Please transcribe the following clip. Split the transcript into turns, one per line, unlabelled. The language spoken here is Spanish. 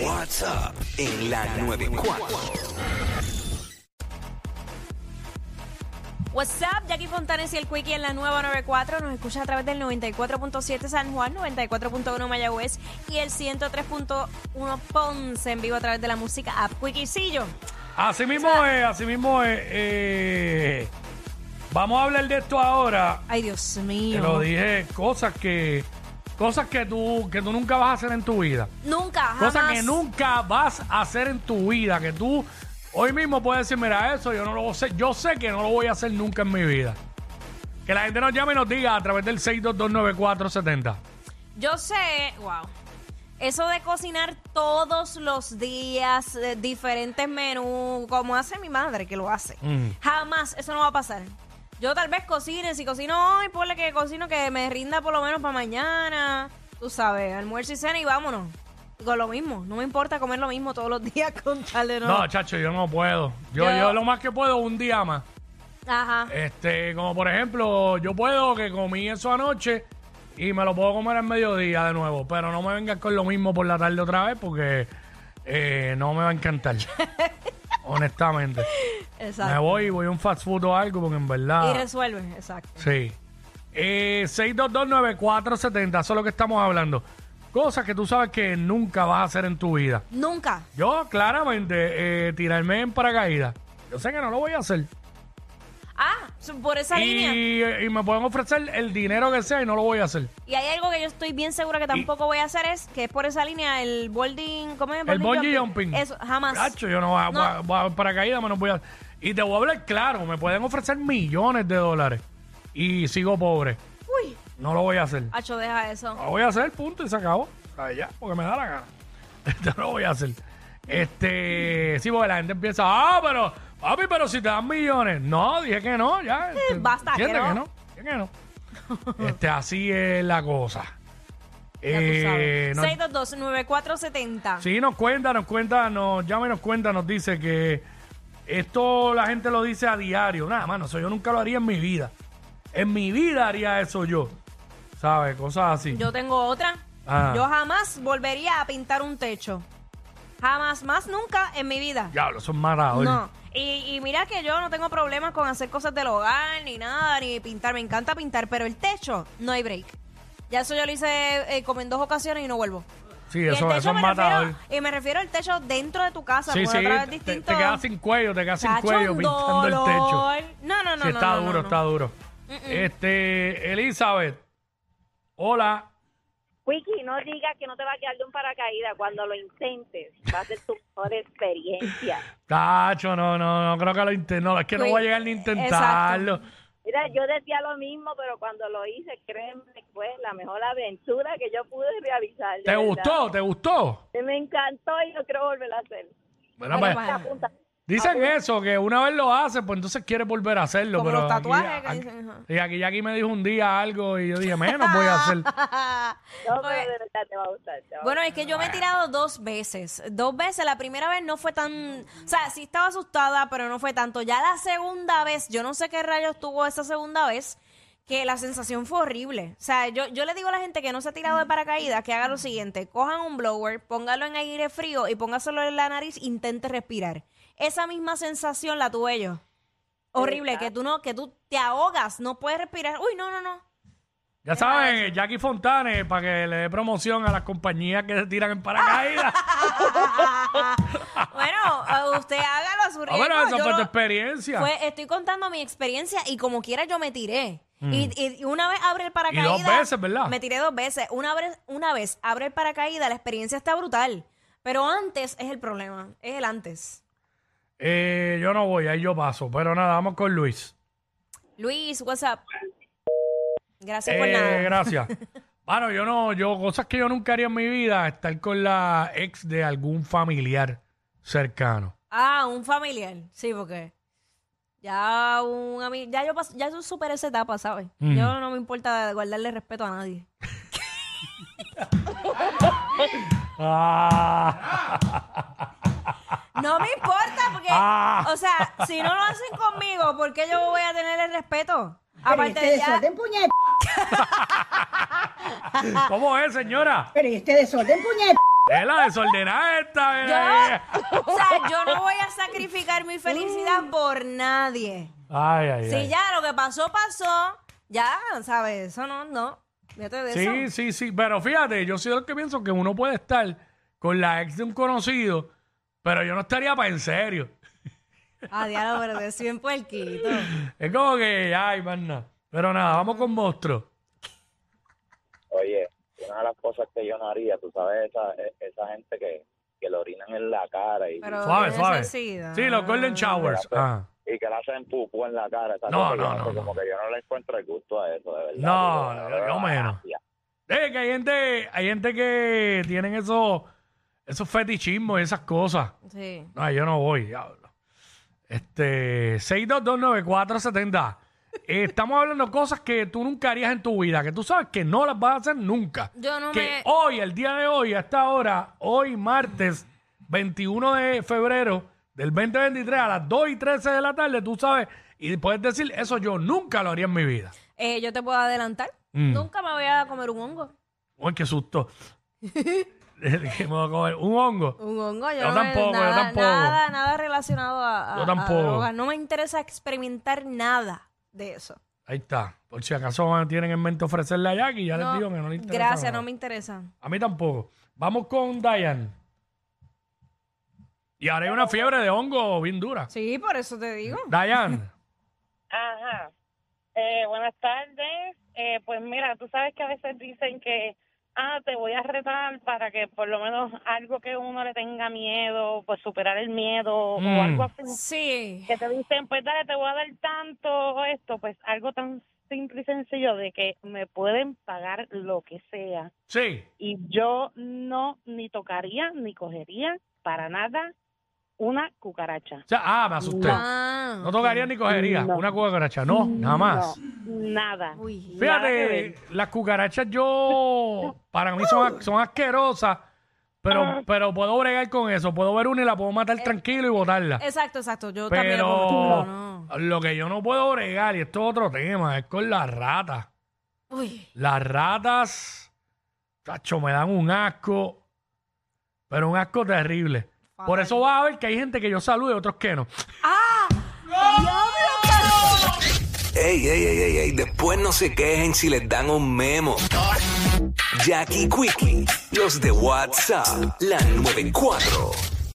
What's up en la 94.
What's up, Jackie Fontanes y el Quickie en la nueva 94. Nos escuchas a través del 94.7 San Juan, 94.1 Mayagüez y el 103.1 Ponce en vivo a través de la música App Quickiecillo.
Así mismo es, así mismo es. eh, vamos a hablar de esto ahora.
Ay, Dios
Te
mío.
lo dije, cosas que cosas que tú que tú nunca vas a hacer en tu vida.
Nunca, jamás.
Cosas que nunca vas a hacer en tu vida, que tú hoy mismo puedes decir, mira, eso yo no lo sé, yo sé que no lo voy a hacer nunca en mi vida. Que la gente nos llame y nos diga a través del 6229470.
Yo sé, wow. Eso de cocinar todos los días, eh, diferentes menús, como hace mi madre que lo hace.
Mm.
Jamás, eso no va a pasar. Yo tal vez cocine, si cocino hoy, ponle que cocino que me rinda por lo menos para mañana. Tú sabes, almuerzo y cena y vámonos. Y Con lo mismo, no me importa comer lo mismo todos los días con tal de no.
No, chacho, yo no puedo. Yo,
Yo-
yo lo más que puedo un día más.
Ajá.
Este, como por ejemplo, yo puedo que comí eso anoche y me lo puedo comer al mediodía de nuevo, pero no me vengas con lo mismo por la tarde otra vez porque eh, no me va a encantar. Honestamente. Me
Exacto.
voy, voy a un fast food o algo porque en
Y
verdad...
resuelve, exacto.
Sí. Eh, 6229470, eso es lo que estamos hablando. Cosas que tú sabes que nunca vas a hacer en tu vida.
Nunca.
Yo claramente, eh, tirarme en paracaídas. Yo sé que no lo voy a hacer.
Ah, por esa línea.
y, y me pueden ofrecer el dinero que sea y no lo voy a hacer.
Y hay algo que yo estoy bien segura que tampoco voy a hacer es que es por esa línea el boarding, ¿cómo es?
El bungee jumping.
Eso jamás.
Cacho, yo no, voy a-
Ah, No.
voy a- voy a- paracaídas me no voy a... Y te voy a hablar claro, me pueden ofrecer millones de dólares y sigo pobre.
Uy,
No lo voy a hacer.
Hacho, deja eso.
No lo voy a hacer, punto, y se acabó. O sea, ya, porque me da la gana. Esto no lo voy a hacer. Este, sí, porque la gente empieza, ah, pero, papi, pero si te dan millones. No, dije que no, ya. este,
Eh, basta, que
entiende
no.
que no. Dije que no. Este, así es la cosa.
Ya tú
Eh,
sabes.
nos-
622-9470.
Sí, nos cuenta, nos cuenta, nos llama y nos cuenta, nos dice que esto la gente lo dice a diario. Nada, mano, eso yo nunca lo haría en mi vida. En mi vida haría eso yo. ¿Sabes? Cosas así.
Yo tengo otra.
Ah.
Yo jamás volvería a pintar un techo. Jamás, más nunca en mi vida.
Diablo, son matadores.
No. Y, y mira que yo no tengo problemas con hacer cosas del hogar, ni nada, ni pintar. Me encanta pintar, pero el techo no hay break. Ya eso yo lo hice eh, como en dos ocasiones y no vuelvo.
Sí,
Y el
eso,
techo
eso es
me
matador.
refiero- y me refiero al techo dentro de tu casa,
Sí,
porque
sí,
otra vez
te- te,
distinto.
quedas sin cuello, te quedas sin
Chacho,
cuello
un
pintando el techo.
dolor. No, no, no.
Sí,
no,
está
no, no,
duro,
no.
está duro. Este, Elizabeth. Hola.
Wiki, no digas que no te va a quedar de un paracaídas. Cuando lo intentes, va a ser tu mejor experiencia.
Tacho, no, no, no creo que lo intento. No, es que no
Uy,
voy a llegar ni a
Pues, exacto.
intentarlo. Ah.
Mira, yo decía lo mismo, pero cuando lo hice, créeme, que fue la mejor aventura que yo pude realizar. de
¿Te
verdad.
gustó? ¿Te gustó?
Sí, Me encantó y no quiero volver a hacer.
Bueno,
Bueno, pues,
bueno.
Apunta.
dicen eso, que una vez lo hace, pues entonces quiere volver a hacerlo.
Como
pero
los
aquí-
tatuajes que
aquí-
dicen, ajá.
Y aquí Jackie me dijo un día algo y yo dije, menos voy a hacer.
No,
Oye.
pero de verdad te va a gustar. te va a
Bueno, es que yo me he tirado dos veces. Dos veces. La primera vez no fue tan. O sea, sí estaba asustada, pero no fue tanto. Ya la segunda vez, yo no sé qué rayos tuvo esa segunda vez, que la sensación fue horrible. O sea, yo, yo le digo a la gente que no se ha tirado de paracaídas que haga lo siguiente: cojan un blower, póngalo en aire frío y póngaselo en la nariz, intente respirar. Esa misma sensación la tuve yo. Horrible, que tú no, que tú te ahogas, no puedes respirar. Uy, no, no, no.
Ya saben, Jackie Fontane, para que le dé promoción a las compañías que se tiran en paracaídas.
Bueno, eh, usted hágalo a su
Ah,
riesgo.
bueno, esa
yo
fue tu
no-
experiencia.
fue- estoy contando mi experiencia y como quiera yo me tiré. Y, y una vez abre el
Mm. Y
paracaídas.
dos veces, ¿verdad?
Me tiré dos veces. Una vez, una vez abre el paracaídas, la experiencia está brutal. Pero antes es el problema, es el antes.
Eh, yo no voy, ahí yo paso. Pero nada, vamos con Luis.
Luis, WhatsApp. Gracias por
Eh,
pues nada.
gracias. Bueno, yo no, yo, cosas que yo nunca haría en mi vida, estar con la ex de algún familiar cercano.
Ah, un familiar. Sí, porque ya un amigo, ya yo pas- ya yo superé esa etapa, ¿sabes? Yo no me importa guardarle respeto a nadie. Ah. No me importa porque,
Ah.
o sea, si no lo hacen conmigo, ¿por qué yo voy a tener el respeto?
Pero
Aparte
este
de ya,
desorden, puñet.
¿Cómo es, señora?
Pero este desorden, puñet.
Es la desordenada esta. eh.
o sea, yo no voy a sacrificar mi felicidad por nadie.
Ay, ay,
Si
ay.
ya lo que pasó pasó, ya, ¿sabes? Eso no, no. Fíjate de eso.
Sí, sí, sí. Pero fíjate, yo soy el que pienso que uno puede estar con la ex de un conocido, pero yo no estaría para en serio.
Ah, diablo, pero es bien puerquito.
Es como que, ay, más nada. Pero nada, vamos con monstruo.
Oye, una de las cosas que yo no haría, tú sabes, esa, e- esa gente que, que le orinan en la cara y,
Pero
Suave,
qué
suave.
necesidad.
Sí, los
Ah.
Golden Showers. Ah. Ajá.
y que le hacen pupú en la cara. esa
No,
cosa,
no,
yo sé,
no, no.
Como que yo no le encuentro el gusto a eso, de verdad.
No,
Yo-
no, no, yo menos.
gracias.
Eh, que hay gente, hay gente que tienen esos, esos fetichismos y esas cosas.
Sí.
No, yo no voy, diablo. Este, 6229470. Eh, Estamos hablando cosas que tú nunca harías en tu vida, que tú sabes que no las vas a hacer nunca.
Yo no
que
me-
hoy, el día de hoy, a esta hora, hoy martes 21 de febrero del 2023 a las 2 y 13 de la tarde, tú sabes, y puedes decir, eso yo nunca lo haría en mi vida.
Eh, yo te puedo adelantar.
Mm.
Nunca me voy a comer un hongo.
Uy, qué susto. Que me voy a comer un hongo.
Un hongo, yo,
Yo
no
tampoco, yo
me, nada,
tampoco.
Nada, nada relacionado a, a-
Yo
a
tampoco.
drogas. No me interesa experimentar nada de eso.
Ahí está. Por si acaso van- tienen en mente ofrecerle a Jackie, ya les digo que no le interesa.
Gracias,
nada.
no me interesa.
A mí tampoco. Vamos con Diane. Y ahora hay una fiebre de hongo bien dura.
Sí, por eso te digo.
Diane.
Ajá. Eh, buenas tardes. Eh, pues mira, tú sabes que a veces dicen que, ah, te voy a retar para que por lo menos algo que uno le tenga miedo, pues superar el miedo
Mm.
o algo así.
Sí.
Que te dicen, pues dale, te voy a dar tanto o esto, pues algo tan simple y sencillo de que me pueden pagar lo que sea.
Sí.
Y yo no ni tocaría ni cogería para nada una cucaracha.
O sea, ah, me asusté. No,
Ah,
tocaría ni cogería. Una cucaracha. No, nada más.
No, nada.
Uy.
Nada que ver.
Fíjate, las cucarachas yo, para mí son, a- son asquerosas, pero, pero puedo bregar con eso. Puedo ver una y la puedo matar tranquilo y botarla.
Exacto, exacto. Yo también.
Pero
no.
lo que yo no puedo bregar, y esto es otro tema, es con las ratas.
Uy.
Las ratas, tacho, me dan un asco, pero un asco terrible. Por eso vas a ver que hay gente que yo saludo y otros que no.
Ey, ey, ey, ey, ey, después no se quejen si les dan un memo. Jackie Quickie, los de WhatsApp, la 94.